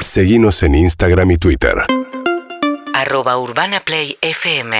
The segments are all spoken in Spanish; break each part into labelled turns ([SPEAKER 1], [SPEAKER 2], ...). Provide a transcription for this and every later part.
[SPEAKER 1] Seguimos en Instagram y Twitter.
[SPEAKER 2] arroba urbanaplayfm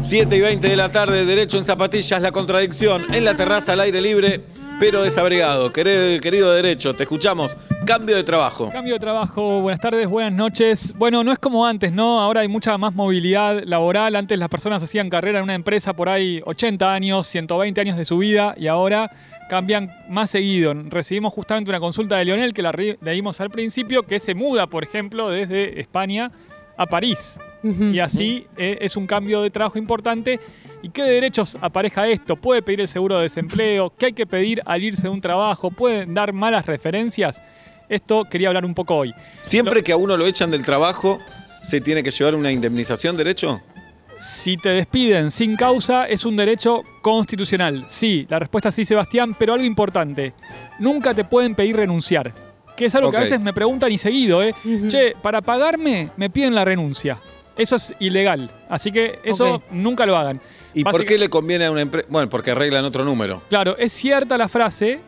[SPEAKER 3] 7 y 20 de la tarde, derecho en zapatillas, la contradicción, en la terraza al aire libre, pero desabrigado. Querido, querido derecho, te escuchamos. Cambio de trabajo.
[SPEAKER 4] Cambio de trabajo, buenas tardes, buenas noches. Bueno, no es como antes, ¿no? Ahora hay mucha más movilidad laboral. Antes las personas hacían carrera en una empresa por ahí 80 años, 120 años de su vida y ahora cambian más seguido. Recibimos justamente una consulta de Lionel que la re- leímos al principio, que se muda, por ejemplo, desde España a París. Y así eh, es un cambio de trabajo importante. ¿Y qué derechos apareja esto? ¿Puede pedir el seguro de desempleo? ¿Qué hay que pedir al irse de un trabajo? ¿Pueden dar malas referencias? Esto quería hablar un poco hoy.
[SPEAKER 3] Siempre que a uno lo echan del trabajo, ¿se tiene que llevar una indemnización, derecho?
[SPEAKER 4] Si te despiden sin causa, es un derecho constitucional. Sí, la respuesta es sí, Sebastián, pero algo importante. Nunca te pueden pedir renunciar. Que es algo
[SPEAKER 3] Ok.
[SPEAKER 4] que a veces me preguntan y seguido, ¿eh? Che, para pagarme me piden la renuncia. Eso es ilegal. Así que eso
[SPEAKER 5] Ok.
[SPEAKER 4] nunca lo hagan.
[SPEAKER 3] ¿Y por
[SPEAKER 4] Básica-
[SPEAKER 3] qué le conviene a una empresa? Bueno, porque arreglan otro número.
[SPEAKER 4] Claro, es cierta la frase,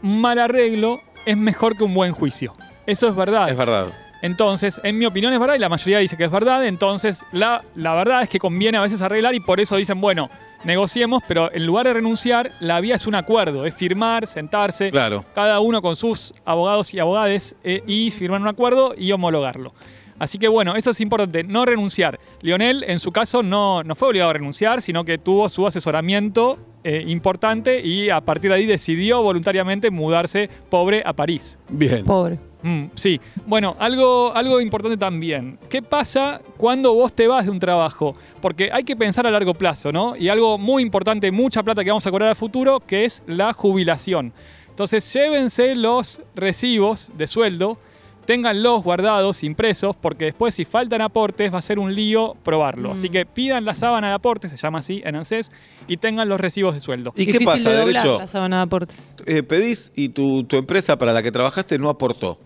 [SPEAKER 4] mal arreglo es mejor que un buen juicio. Eso es verdad.
[SPEAKER 3] Es verdad.
[SPEAKER 4] Entonces, en mi opinión es verdad y la mayoría dice que es verdad. Entonces, la, la verdad es que conviene a veces arreglar y por eso dicen, bueno, negociemos, pero en lugar de renunciar, la vía es un acuerdo, es firmar, sentarse,
[SPEAKER 3] Claro.
[SPEAKER 4] cada uno con sus abogados y abogades eh, y firmar un acuerdo y homologarlo. Así que bueno, eso es importante, no renunciar. Lionel, en su caso, no, no fue obligado a renunciar, sino que tuvo su asesoramiento eh, importante y a partir de ahí decidió voluntariamente mudarse pobre a París.
[SPEAKER 3] Bien.
[SPEAKER 5] Pobre.
[SPEAKER 4] Mm, sí, bueno, algo, algo importante también. ¿Qué pasa cuando vos te vas de un trabajo? Porque hay que pensar a largo plazo, ¿no? Y algo muy importante, mucha plata que vamos a cobrar al futuro, que es la jubilación. Entonces, llévense los recibos de sueldo, ténganlos guardados, impresos, porque después si faltan aportes va a ser un lío probarlo. Así que pidan la sábana de aportes, se llama así en ANSES, y tengan los recibos de sueldo.
[SPEAKER 3] ¿Y qué
[SPEAKER 5] Difícil
[SPEAKER 3] pasa,
[SPEAKER 5] de doblar
[SPEAKER 3] derecho?
[SPEAKER 5] La sábana de aporte.
[SPEAKER 3] Eh, pedís y tu, tu empresa para la que trabajaste no aportó.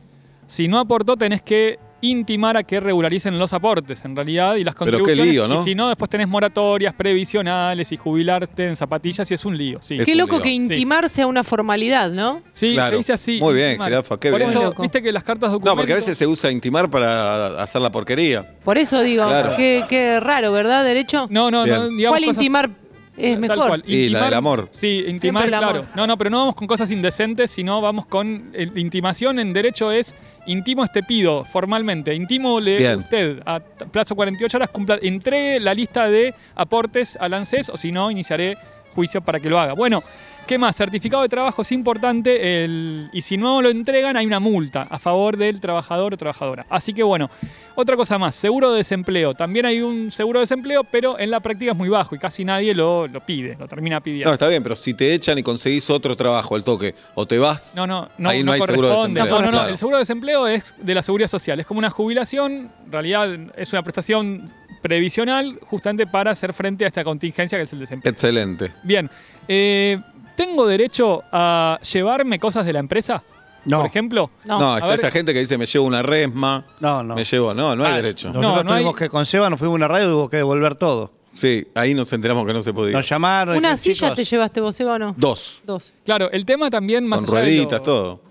[SPEAKER 4] Si no aportó, tenés que intimar a que regularicen los aportes, en realidad, y las
[SPEAKER 3] Pero qué
[SPEAKER 4] contribuciones.
[SPEAKER 3] lío, ¿no?
[SPEAKER 4] Y si no, después tenés moratorias previsionales y jubilarte en zapatillas y es un lío, sí.
[SPEAKER 3] Es
[SPEAKER 5] Qué
[SPEAKER 3] un
[SPEAKER 5] loco
[SPEAKER 3] lío.
[SPEAKER 5] que intimarse a una formalidad, ¿no?
[SPEAKER 4] Sí,
[SPEAKER 3] Claro.
[SPEAKER 4] se dice así.
[SPEAKER 3] Muy bien,
[SPEAKER 4] intimar.
[SPEAKER 3] Jirafa, qué
[SPEAKER 4] Por
[SPEAKER 3] bien.
[SPEAKER 4] eso,
[SPEAKER 5] Muy loco.
[SPEAKER 4] viste que las cartas documentos...
[SPEAKER 3] No, porque a veces se usa intimar para hacer la porquería.
[SPEAKER 5] Por eso digo,
[SPEAKER 3] Claro.
[SPEAKER 5] qué, qué raro, ¿verdad, derecho?
[SPEAKER 4] No, no, no,
[SPEAKER 3] Bien.
[SPEAKER 4] digamos
[SPEAKER 5] ¿Cuál
[SPEAKER 4] cosas-
[SPEAKER 5] intimar es
[SPEAKER 4] Tal
[SPEAKER 5] mejor?
[SPEAKER 4] cual.
[SPEAKER 3] Y la del amor.
[SPEAKER 4] Sí, intimar,
[SPEAKER 5] el amor.
[SPEAKER 4] claro. No, no, pero no vamos con cosas indecentes, sino vamos con eh, la intimación en derecho es intimo este pido formalmente, intimo le
[SPEAKER 3] Bien.
[SPEAKER 4] usted a t- plazo 48 horas cumpla, entregue la lista de aportes al ANSES o si no iniciaré juicio para que lo haga. Bueno, ¿qué más? Certificado de trabajo es importante el- y si no lo entregan hay una multa a favor del trabajador o trabajadora. Así que bueno, otra cosa más, seguro de desempleo. También hay un seguro de desempleo, pero en la práctica es muy bajo y casi nadie lo, lo pide, lo termina pidiendo.
[SPEAKER 3] No, está bien, pero si te echan y conseguís otro trabajo al toque, o te vas,
[SPEAKER 4] No, no, no,
[SPEAKER 3] Ahí
[SPEAKER 4] no,
[SPEAKER 3] no hay seguro de
[SPEAKER 4] corresponde.
[SPEAKER 3] desempleo.
[SPEAKER 4] No, no, no,
[SPEAKER 3] Claro.
[SPEAKER 4] El seguro de desempleo es de la seguridad social. Es como una jubilación. En realidad es una prestación previsional justamente para hacer frente a esta contingencia que es el desempleo.
[SPEAKER 3] excelente.
[SPEAKER 4] Bien. eh, ¿Tengo derecho a llevarme cosas de la empresa?
[SPEAKER 6] No.
[SPEAKER 4] Por ejemplo.
[SPEAKER 5] No.
[SPEAKER 3] No, está
[SPEAKER 4] ver.
[SPEAKER 3] esa gente que dice me llevo una resma,
[SPEAKER 6] No, no.
[SPEAKER 3] me llevo, no, no hay
[SPEAKER 6] Ah,
[SPEAKER 3] derecho.
[SPEAKER 6] Nosotros
[SPEAKER 4] No, no
[SPEAKER 6] tuvimos
[SPEAKER 4] hay-
[SPEAKER 6] que con Seba nos fuimos a una radio y hubo que devolver todo.
[SPEAKER 3] Sí, ahí nos enteramos que no se podía.
[SPEAKER 6] Nos llamaron.
[SPEAKER 5] ¿Una
[SPEAKER 6] y,
[SPEAKER 5] silla
[SPEAKER 6] chicos,
[SPEAKER 5] te llevaste vos, Eva, o no?
[SPEAKER 3] Dos,
[SPEAKER 5] Dos.
[SPEAKER 4] Claro, el tema también más
[SPEAKER 3] con
[SPEAKER 4] allá de lo- Ah.
[SPEAKER 3] rueditas, todo.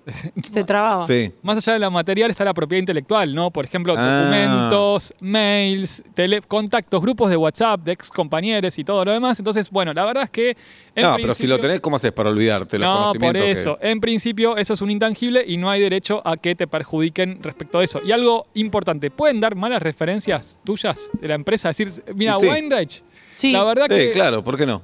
[SPEAKER 5] Se trababa.
[SPEAKER 3] Sí.
[SPEAKER 4] Más allá de la material está la propiedad intelectual, ¿no? Por ejemplo,
[SPEAKER 3] Ah.
[SPEAKER 4] documentos, mails, tele- contactos, grupos de WhatsApp, de ex compañeros y todo lo demás. Entonces, bueno, la verdad es que. en
[SPEAKER 3] No, pero si
[SPEAKER 4] principio-
[SPEAKER 3] lo tenés, ¿cómo haces para olvidarte los
[SPEAKER 4] No, por
[SPEAKER 3] conocimientos? que-
[SPEAKER 4] eso. En principio, eso es un intangible y no hay derecho a que te perjudiquen respecto a eso. Y algo importante, ¿pueden dar malas referencias tuyas de la empresa? Es decir, mira,
[SPEAKER 3] Y sí.
[SPEAKER 4] Weinreich,
[SPEAKER 5] Sí.
[SPEAKER 4] la verdad
[SPEAKER 3] Sí,
[SPEAKER 4] que.
[SPEAKER 3] claro, ¿por qué no?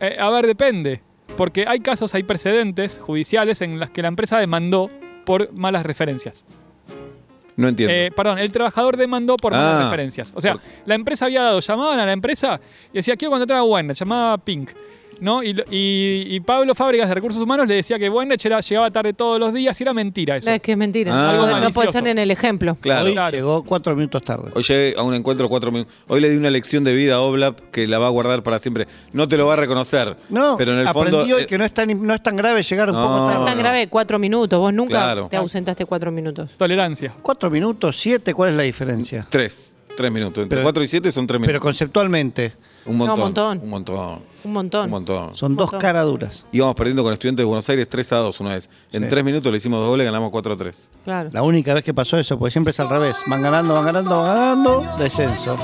[SPEAKER 4] Eh, a ver, depende. Porque hay casos, hay precedentes judiciales en las que la empresa demandó por malas referencias.
[SPEAKER 3] No entiendo.
[SPEAKER 4] Eh, perdón, el trabajador demandó por
[SPEAKER 3] Ah.
[SPEAKER 4] malas referencias. O sea, la empresa había dado, llamaban a la empresa y decía, quiero contratar a Weinreich, llamaba a Pink. ¿no? Y, lo- y- y Pablo Fábricas de Recursos Humanos le decía que Weinreich era- llegaba tarde todos los días y era mentira eso.
[SPEAKER 5] No, es que es mentira.
[SPEAKER 3] Ah.
[SPEAKER 5] Algo que no
[SPEAKER 4] Malicioso.
[SPEAKER 5] puede ser en el ejemplo.
[SPEAKER 3] claro.
[SPEAKER 6] hoy
[SPEAKER 3] Hoy,
[SPEAKER 4] Claro.
[SPEAKER 6] Llegó cuatro minutos tarde.
[SPEAKER 3] llegué a un encuentro cuatro minutos. Hoy le di una lección de vida a Oblap que la va a guardar para siempre. No te lo va a reconocer.
[SPEAKER 6] No,
[SPEAKER 3] pero en el fondo.
[SPEAKER 6] aprendí hoy
[SPEAKER 3] eh,
[SPEAKER 6] que no es, tan, no es tan grave llegar un
[SPEAKER 3] No.
[SPEAKER 6] poco
[SPEAKER 5] No es
[SPEAKER 6] tarde.
[SPEAKER 5] tan
[SPEAKER 3] no.
[SPEAKER 5] grave, cuatro minutos. Vos nunca
[SPEAKER 3] Claro.
[SPEAKER 5] te ausentaste cuatro minutos.
[SPEAKER 4] Tolerancia.
[SPEAKER 6] Cuatro minutos, siete, ¿cuál es la diferencia?
[SPEAKER 3] Tres. Tres minutos. Entre
[SPEAKER 6] Pero-
[SPEAKER 3] cuatro y siete son tres
[SPEAKER 6] Pero
[SPEAKER 3] minutos.
[SPEAKER 6] conceptualmente
[SPEAKER 3] un montón.
[SPEAKER 5] No, un montón.
[SPEAKER 3] Un montón.
[SPEAKER 5] Un montón.
[SPEAKER 3] Un montón.
[SPEAKER 6] son dos
[SPEAKER 5] Montón.
[SPEAKER 6] caraduras.
[SPEAKER 3] Íbamos perdiendo con estudiantes de Buenos Aires 3 a 2 una vez. En
[SPEAKER 6] Sí.
[SPEAKER 3] tres minutos le hicimos dos goles y ganamos 4 a 3.
[SPEAKER 5] Claro.
[SPEAKER 6] La única vez que pasó eso, porque siempre es al revés. Van ganando, van ganando, van ganando, descenso.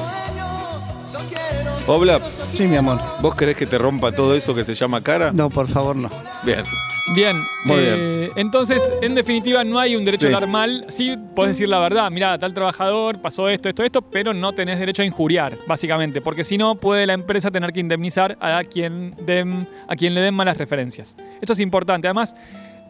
[SPEAKER 3] Obla,
[SPEAKER 6] Sí, mi amor.
[SPEAKER 3] ¿vos querés que te rompa todo eso que se llama cara?
[SPEAKER 6] No, por favor, no.
[SPEAKER 3] Bien.
[SPEAKER 4] Bien. eh,
[SPEAKER 3] Muy
[SPEAKER 4] Entonces, en definitiva, no hay un derecho
[SPEAKER 3] Sí.
[SPEAKER 4] a hablar mal. Sí, podés decir la verdad. Mirá, tal trabajador pasó esto, esto, esto, pero no tenés derecho a injuriar, básicamente. Porque si no, puede la empresa tener que indemnizar a quien, den- a quien le den malas referencias. Esto es importante. Además,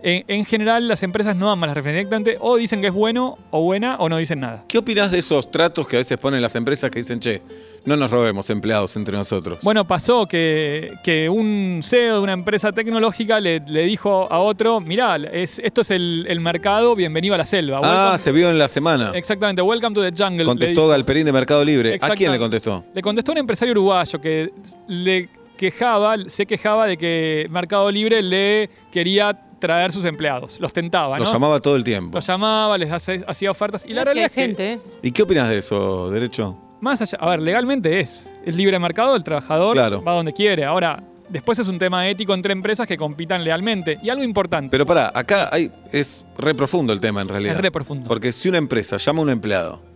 [SPEAKER 4] en, en general, las empresas no dan malas referencias directamente. O dicen que es bueno o buena o no dicen nada.
[SPEAKER 3] ¿Qué opinás de esos tratos que a veces ponen las empresas que dicen, che, no nos robemos empleados entre nosotros?
[SPEAKER 4] Bueno, pasó que, que un CEO de una empresa tecnológica le, le dijo a otro, mirá, es, esto es el, el mercado, bienvenido a la selva.
[SPEAKER 3] ah,
[SPEAKER 4] Welcome-
[SPEAKER 3] se vio en la semana.
[SPEAKER 4] Exactamente, welcome to the jungle. le
[SPEAKER 3] Contestó
[SPEAKER 4] dijo.
[SPEAKER 3] Galperín de Mercado Libre. ¿A
[SPEAKER 4] Exactamente.
[SPEAKER 3] quién le contestó?
[SPEAKER 4] Le contestó un empresario uruguayo que le quejaba, se quejaba de que Mercado Libre le quería traer sus empleados, los tentaba,
[SPEAKER 3] Lo
[SPEAKER 4] Ah, ¿no?
[SPEAKER 3] llamaba todo el tiempo.
[SPEAKER 4] Los llamaba, les hace- hacía ofertas y la
[SPEAKER 5] Mirá que
[SPEAKER 4] realidad
[SPEAKER 5] hay
[SPEAKER 4] es que,
[SPEAKER 5] gente, ¿eh?
[SPEAKER 3] ¿Y qué opinas de eso, Derecho?
[SPEAKER 4] más allá, a ver, legalmente es, es libre mercado, el trabajador
[SPEAKER 3] Claro.
[SPEAKER 4] va donde quiere. Ahora, después es un tema ético entre empresas que compitan lealmente y algo importante,
[SPEAKER 3] Pero pará, acá hay, es re profundo el tema en realidad.
[SPEAKER 4] Es re profundo.
[SPEAKER 3] Porque si una empresa llama a un empleado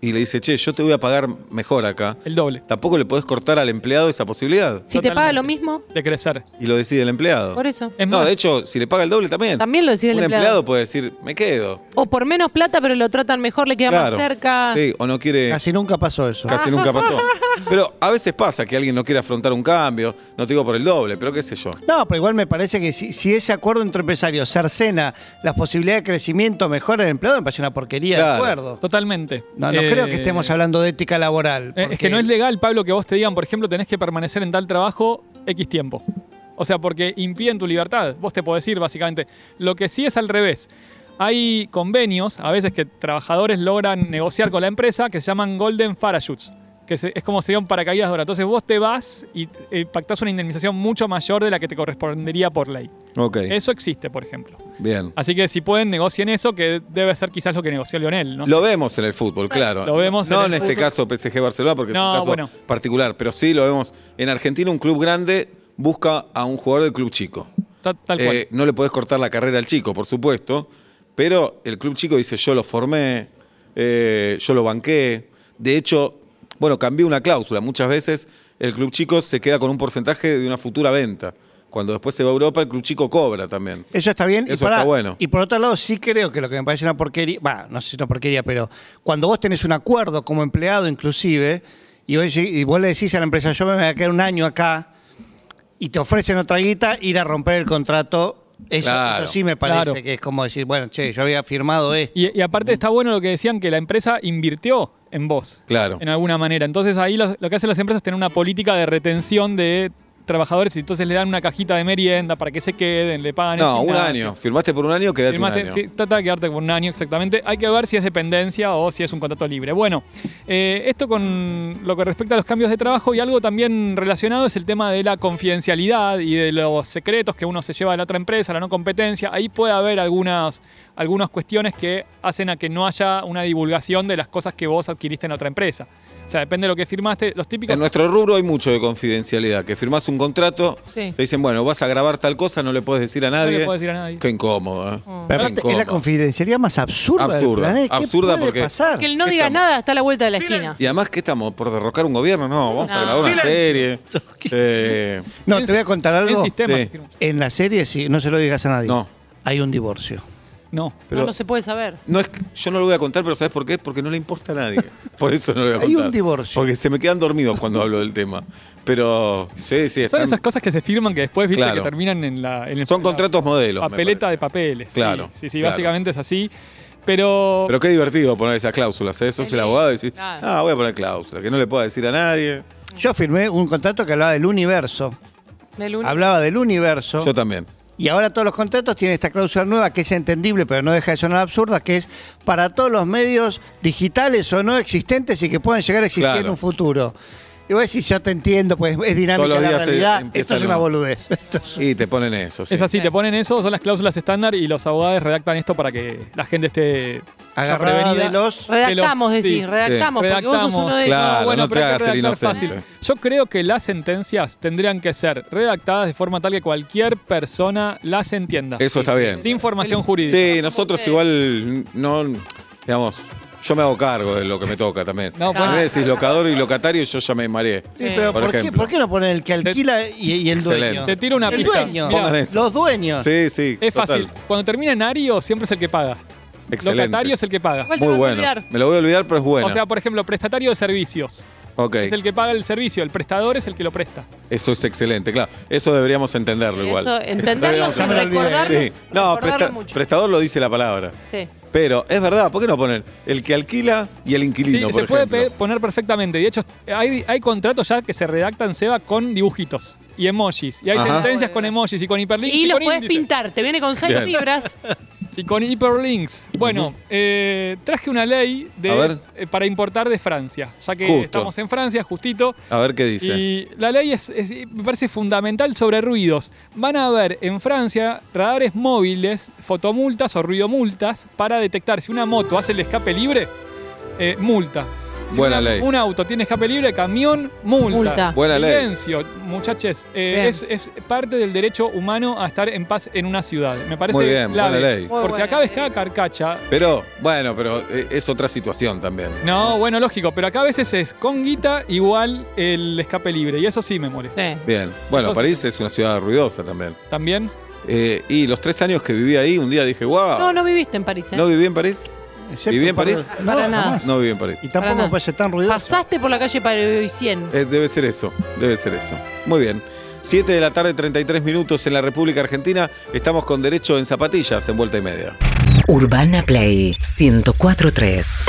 [SPEAKER 3] y le dice, che, yo te voy a pagar mejor acá,
[SPEAKER 4] el doble
[SPEAKER 3] tampoco le podés cortar al empleado esa posibilidad.
[SPEAKER 5] Si te paga
[SPEAKER 4] Totalmente.
[SPEAKER 5] lo mismo,
[SPEAKER 4] de crecer.
[SPEAKER 3] Y lo decide el empleado.
[SPEAKER 5] por eso.
[SPEAKER 4] Es
[SPEAKER 3] no,
[SPEAKER 4] más,
[SPEAKER 3] de hecho, si le paga el doble también.
[SPEAKER 5] También lo decide el
[SPEAKER 3] un
[SPEAKER 5] empleado.
[SPEAKER 3] puede decir, me quedo.
[SPEAKER 5] O por menos plata, pero lo tratan mejor, le queda
[SPEAKER 3] Claro.
[SPEAKER 5] más cerca.
[SPEAKER 3] Sí, o no quiere. Casi,
[SPEAKER 6] Casi nunca pasó eso.
[SPEAKER 3] nunca pasó. Pero a veces pasa que alguien no quiere afrontar un cambio, no te digo por el doble, pero qué sé yo.
[SPEAKER 6] No, pero igual me parece que si, si ese acuerdo entre empresarios cercena las posibilidades de crecimiento, mejora del empleado, me parece una porquería
[SPEAKER 3] Claro.
[SPEAKER 6] de acuerdo.
[SPEAKER 4] totalmente.
[SPEAKER 6] No, no
[SPEAKER 4] Eh,
[SPEAKER 6] creo que estemos hablando de ética laboral.
[SPEAKER 4] Eh,
[SPEAKER 6] porque-
[SPEAKER 4] Es que no es legal, Pablo, que vos te digan, por ejemplo, tenés que permanecer en tal trabajo X tiempo. O sea, porque impiden tu libertad. Vos te podés ir, básicamente. Lo que sí es al revés. Hay convenios, a veces que trabajadores logran negociar con la empresa, que se llaman Golden Parachutes, que se- es como sería un paracaídas de oro. Entonces vos te vas y eh, pactás una indemnización mucho mayor de la que te correspondería por ley.
[SPEAKER 3] Ok,
[SPEAKER 4] Eso existe, por ejemplo.
[SPEAKER 3] bien.
[SPEAKER 4] Así que si pueden, negocien eso, que debe ser quizás lo que negoció Lionel, ¿no?
[SPEAKER 3] Lo vemos en el fútbol, claro.
[SPEAKER 4] Lo vemos
[SPEAKER 3] No
[SPEAKER 4] en
[SPEAKER 3] en,
[SPEAKER 4] el
[SPEAKER 3] este
[SPEAKER 4] fútbol.
[SPEAKER 3] caso PSG Barcelona, porque es
[SPEAKER 4] No,
[SPEAKER 3] un caso
[SPEAKER 4] bueno.
[SPEAKER 3] particular, pero sí lo vemos. En Argentina, un club grande busca a un jugador del club chico.
[SPEAKER 4] Ta- tal cual.
[SPEAKER 3] Eh, no le podés cortar la carrera al chico, por supuesto, pero el club chico dice: Yo lo formé, eh, yo lo banqué. De hecho, bueno, cambié una cláusula. Muchas veces el club chico se queda con un porcentaje de una futura venta. Cuando después se va a Europa, el club chico cobra también.
[SPEAKER 6] Eso está bien.
[SPEAKER 3] Eso
[SPEAKER 6] y pará,
[SPEAKER 3] está bueno.
[SPEAKER 6] Y por otro lado, sí creo que lo que me parece una porquería, va, no sé si es una porquería, pero cuando vos tenés un acuerdo como empleado inclusive, y vos, lleg- y vos le decís a la empresa, yo me voy a quedar un año acá, y te ofrecen otra guita, ir a romper el contrato, eso,
[SPEAKER 3] Claro.
[SPEAKER 6] eso sí me parece
[SPEAKER 4] Claro.
[SPEAKER 6] que es como decir, bueno, che, yo había firmado esto.
[SPEAKER 4] Y, y aparte está bueno lo que decían, que la empresa invirtió en vos,
[SPEAKER 3] Claro.
[SPEAKER 4] en alguna manera. Entonces ahí los- lo que hacen las empresas es tener una política de retención de trabajadores y entonces le dan una cajita de merienda para que se queden, le pagan. el
[SPEAKER 3] No, un
[SPEAKER 4] gimnasio.
[SPEAKER 3] año. Firmaste por un año, quedate
[SPEAKER 4] Firmaste-
[SPEAKER 3] un año.
[SPEAKER 4] fi- Trata de quedarte con un año exactamente. Hay que ver si es dependencia o si es un contrato libre. Bueno, eh, esto con lo que respecta a los cambios de trabajo y algo también relacionado es el tema de la confidencialidad y de los secretos que uno se lleva de la otra empresa, la no competencia. Ahí puede haber algunas, algunas cuestiones que hacen a que no haya una divulgación de las cosas que vos adquiriste en la otra empresa. O sea, depende de lo que firmaste. Los típicos...
[SPEAKER 3] En nuestro rubro hay mucho de confidencialidad, que firmás un contrato,
[SPEAKER 5] Sí.
[SPEAKER 3] te dicen, bueno, vas a grabar tal cosa, no le puedes decir a
[SPEAKER 4] no le
[SPEAKER 3] nadie.
[SPEAKER 4] puedo decir a nadie. Mm.
[SPEAKER 3] Qué incómodo, ¿eh?
[SPEAKER 6] Pero
[SPEAKER 3] Qué
[SPEAKER 6] aparte, es
[SPEAKER 3] incómodo.
[SPEAKER 6] la confidencialidad más absurda, del
[SPEAKER 3] Absurda,
[SPEAKER 6] planeta. ¿Qué
[SPEAKER 3] absurda
[SPEAKER 6] puede
[SPEAKER 3] porque-
[SPEAKER 6] pasar?
[SPEAKER 5] Que el no
[SPEAKER 3] ¿Qué
[SPEAKER 5] diga
[SPEAKER 3] estamos?
[SPEAKER 5] nada está a la vuelta de la esquina.
[SPEAKER 3] Y además, ¿qué estamos? ¿Por derrocar un gobierno? No, vamos a
[SPEAKER 5] No.
[SPEAKER 3] grabar una
[SPEAKER 6] Silencio.
[SPEAKER 3] serie. Eh,
[SPEAKER 6] No, te voy a contar
[SPEAKER 4] En
[SPEAKER 6] algo.
[SPEAKER 4] sistema
[SPEAKER 3] Sí.
[SPEAKER 4] firmó.
[SPEAKER 6] En la serie, sí, no se lo digas a nadie.
[SPEAKER 3] No.
[SPEAKER 6] Hay un divorcio.
[SPEAKER 4] No.
[SPEAKER 5] no, no se puede saber.
[SPEAKER 3] no es, que- yo no lo voy a contar, pero ¿sabes por qué? Porque no le importa a nadie. Por eso no lo voy a
[SPEAKER 6] Hay
[SPEAKER 3] contar.
[SPEAKER 6] un divorcio.
[SPEAKER 3] Porque se me quedan dormidos cuando hablo del tema. Pero, sí, sí,
[SPEAKER 4] Son
[SPEAKER 3] están-
[SPEAKER 4] esas cosas que se firman que después viste
[SPEAKER 3] Claro.
[SPEAKER 4] que terminan en la. en el-
[SPEAKER 3] son
[SPEAKER 4] en la
[SPEAKER 3] contratos modelos. me
[SPEAKER 4] Papeleta de
[SPEAKER 3] parece.
[SPEAKER 4] papeles. sí.
[SPEAKER 3] Claro,
[SPEAKER 4] Sí, sí,
[SPEAKER 3] claro.
[SPEAKER 4] básicamente es así. Pero.
[SPEAKER 3] Pero qué divertido poner esas cláusulas, ¿eh? Sos
[SPEAKER 5] Sí,
[SPEAKER 3] el abogado y decís,
[SPEAKER 5] claro.
[SPEAKER 3] ah, voy a poner cláusula, que no le puedo decir a nadie.
[SPEAKER 6] Yo firmé un contrato que hablaba del universo.
[SPEAKER 5] Del un-
[SPEAKER 6] Hablaba del universo.
[SPEAKER 3] Yo también.
[SPEAKER 6] Y ahora todos los contratos tienen esta cláusula nueva que es entendible, pero no deja de sonar absurda, que es para todos los medios digitales o no existentes y que puedan llegar a existir
[SPEAKER 3] Claro.
[SPEAKER 6] en un futuro. Y vos decís, yo te entiendo, pues es dinámica
[SPEAKER 3] Todos los
[SPEAKER 6] la
[SPEAKER 3] días se
[SPEAKER 6] realidad.
[SPEAKER 3] empieza
[SPEAKER 6] Esto es
[SPEAKER 3] el
[SPEAKER 6] una
[SPEAKER 3] nuevo.
[SPEAKER 6] boludez. Esto es-
[SPEAKER 3] Y te ponen eso. sí.
[SPEAKER 4] Es así, te ponen eso, son las cláusulas estándar y los abogados redactan esto para que la gente esté ya
[SPEAKER 6] Agarrada
[SPEAKER 4] prevenida.
[SPEAKER 6] de los-
[SPEAKER 5] Redactamos,
[SPEAKER 4] de los-
[SPEAKER 5] decís,
[SPEAKER 4] sí.
[SPEAKER 5] redactamos, porque vos sos uno de
[SPEAKER 3] Claro,
[SPEAKER 4] No, bueno,
[SPEAKER 3] no te
[SPEAKER 4] pero hay
[SPEAKER 3] hagas
[SPEAKER 4] que
[SPEAKER 3] el
[SPEAKER 4] redactar
[SPEAKER 3] inocente.
[SPEAKER 4] fácil. Yo creo que las sentencias tendrían que ser redactadas de forma tal que cualquier persona las entienda.
[SPEAKER 3] Eso está bien.
[SPEAKER 4] Sin formación jurídica.
[SPEAKER 3] Sí, nosotros igual no, digamos, yo me hago cargo de lo que me toca también.
[SPEAKER 4] No,
[SPEAKER 3] No,
[SPEAKER 4] bueno.
[SPEAKER 3] me decís locador y locatario, yo ya me mareé.
[SPEAKER 6] Sí, pero
[SPEAKER 3] Por
[SPEAKER 6] ¿por, qué,
[SPEAKER 3] ejemplo.
[SPEAKER 6] por qué no ponen el que alquila y, y el dueño?
[SPEAKER 3] Excelente.
[SPEAKER 4] Te tiro una
[SPEAKER 6] el
[SPEAKER 4] pista.
[SPEAKER 6] dueño.
[SPEAKER 4] Mirá,
[SPEAKER 3] Pongan eso.
[SPEAKER 6] Los dueños.
[SPEAKER 3] Sí, sí.
[SPEAKER 4] es
[SPEAKER 3] total.
[SPEAKER 4] fácil. Cuando termina en Ario, siempre es el que paga.
[SPEAKER 3] Excelente.
[SPEAKER 4] Locatario es el que paga.
[SPEAKER 5] Igual te
[SPEAKER 3] Muy
[SPEAKER 5] vas a
[SPEAKER 3] bueno.
[SPEAKER 5] olvidar.
[SPEAKER 3] Me lo voy a olvidar, pero es bueno.
[SPEAKER 4] O sea, por ejemplo, prestatario de servicios.
[SPEAKER 3] ok.
[SPEAKER 4] Es el que paga el servicio, el prestador es el que lo presta.
[SPEAKER 3] Eso es excelente, claro. Eso deberíamos entenderlo
[SPEAKER 5] Eso,
[SPEAKER 3] igual.
[SPEAKER 5] entenderlo
[SPEAKER 3] deberíamos
[SPEAKER 5] sin
[SPEAKER 3] entenderlo.
[SPEAKER 5] recordarlo,
[SPEAKER 3] Sí. No,
[SPEAKER 5] recordarlo
[SPEAKER 3] presta-
[SPEAKER 5] mucho.
[SPEAKER 3] prestador lo dice la palabra.
[SPEAKER 5] Sí.
[SPEAKER 3] Pero es verdad, ¿por qué no ponen el que alquila y el
[SPEAKER 4] Sí,
[SPEAKER 3] inquilino, por
[SPEAKER 4] se puede
[SPEAKER 3] ejemplo?
[SPEAKER 4] pe- poner perfectamente. De hecho, hay, hay contratos ya que se redactan, Seba, con dibujitos y emojis. Y hay
[SPEAKER 3] Ajá.
[SPEAKER 4] sentencias con emojis y con hiperlinks.
[SPEAKER 5] Y lo
[SPEAKER 4] con
[SPEAKER 5] puedes
[SPEAKER 4] índices.
[SPEAKER 5] pintar, te viene con seis
[SPEAKER 3] Bien.
[SPEAKER 5] fibras.
[SPEAKER 4] Y con hiperlinks. Bueno, eh, traje una ley de-
[SPEAKER 3] A ver.
[SPEAKER 4] eh, para importar de Francia, ya que
[SPEAKER 3] Justo.
[SPEAKER 4] estamos en Francia, justito.
[SPEAKER 3] A ver qué dice.
[SPEAKER 4] Y la ley es, es- me parece fundamental sobre ruidos. Van a haber en Francia radares móviles, fotomultas o ruidomultas para detectar si una moto hace el escape libre, eh, multa. Si
[SPEAKER 3] Buena
[SPEAKER 4] una-
[SPEAKER 3] ley.
[SPEAKER 4] Un auto tiene escape libre, camión, multa.
[SPEAKER 5] Multa.
[SPEAKER 3] Buena ley.
[SPEAKER 4] Silencio, muchachos. eh,
[SPEAKER 5] Bien.
[SPEAKER 4] es, es parte del derecho humano a estar en paz en una ciudad. Me parece
[SPEAKER 3] Muy bien,
[SPEAKER 4] clave.
[SPEAKER 3] buena ley.
[SPEAKER 5] Muy
[SPEAKER 4] Porque
[SPEAKER 5] buena
[SPEAKER 4] acá ves
[SPEAKER 5] ley.
[SPEAKER 4] cada carcacha.
[SPEAKER 3] Pero, bueno, pero eh, es otra situación también.
[SPEAKER 4] No, bueno, lógico, pero acá a veces es con guita igual el escape libre. Y eso sí me molesta.
[SPEAKER 5] Sí.
[SPEAKER 3] Bien. Bueno,
[SPEAKER 4] Eso sí.
[SPEAKER 3] París es una ciudad ruidosa también.
[SPEAKER 4] También.
[SPEAKER 3] Eh, y los tres años que viví ahí, un día dije, wow,
[SPEAKER 5] No,
[SPEAKER 3] no,
[SPEAKER 5] no viviste en París, ¿eh?
[SPEAKER 3] viví en París?
[SPEAKER 6] Excepto
[SPEAKER 3] ¿Viví en
[SPEAKER 6] por-
[SPEAKER 3] París?
[SPEAKER 6] No,
[SPEAKER 5] Para nada.
[SPEAKER 6] jamás.
[SPEAKER 3] No viví en París.
[SPEAKER 6] Y
[SPEAKER 5] Para
[SPEAKER 6] tampoco
[SPEAKER 5] nada.
[SPEAKER 6] me parece tan ruidoso.
[SPEAKER 5] Pasaste por la calle para 100.
[SPEAKER 3] Eh, debe ser eso, debe ser eso. Muy bien. 7 de la tarde, 33 minutos en la República Argentina. Estamos con derecho en zapatillas en vuelta y media.
[SPEAKER 2] Urbana Play 1043.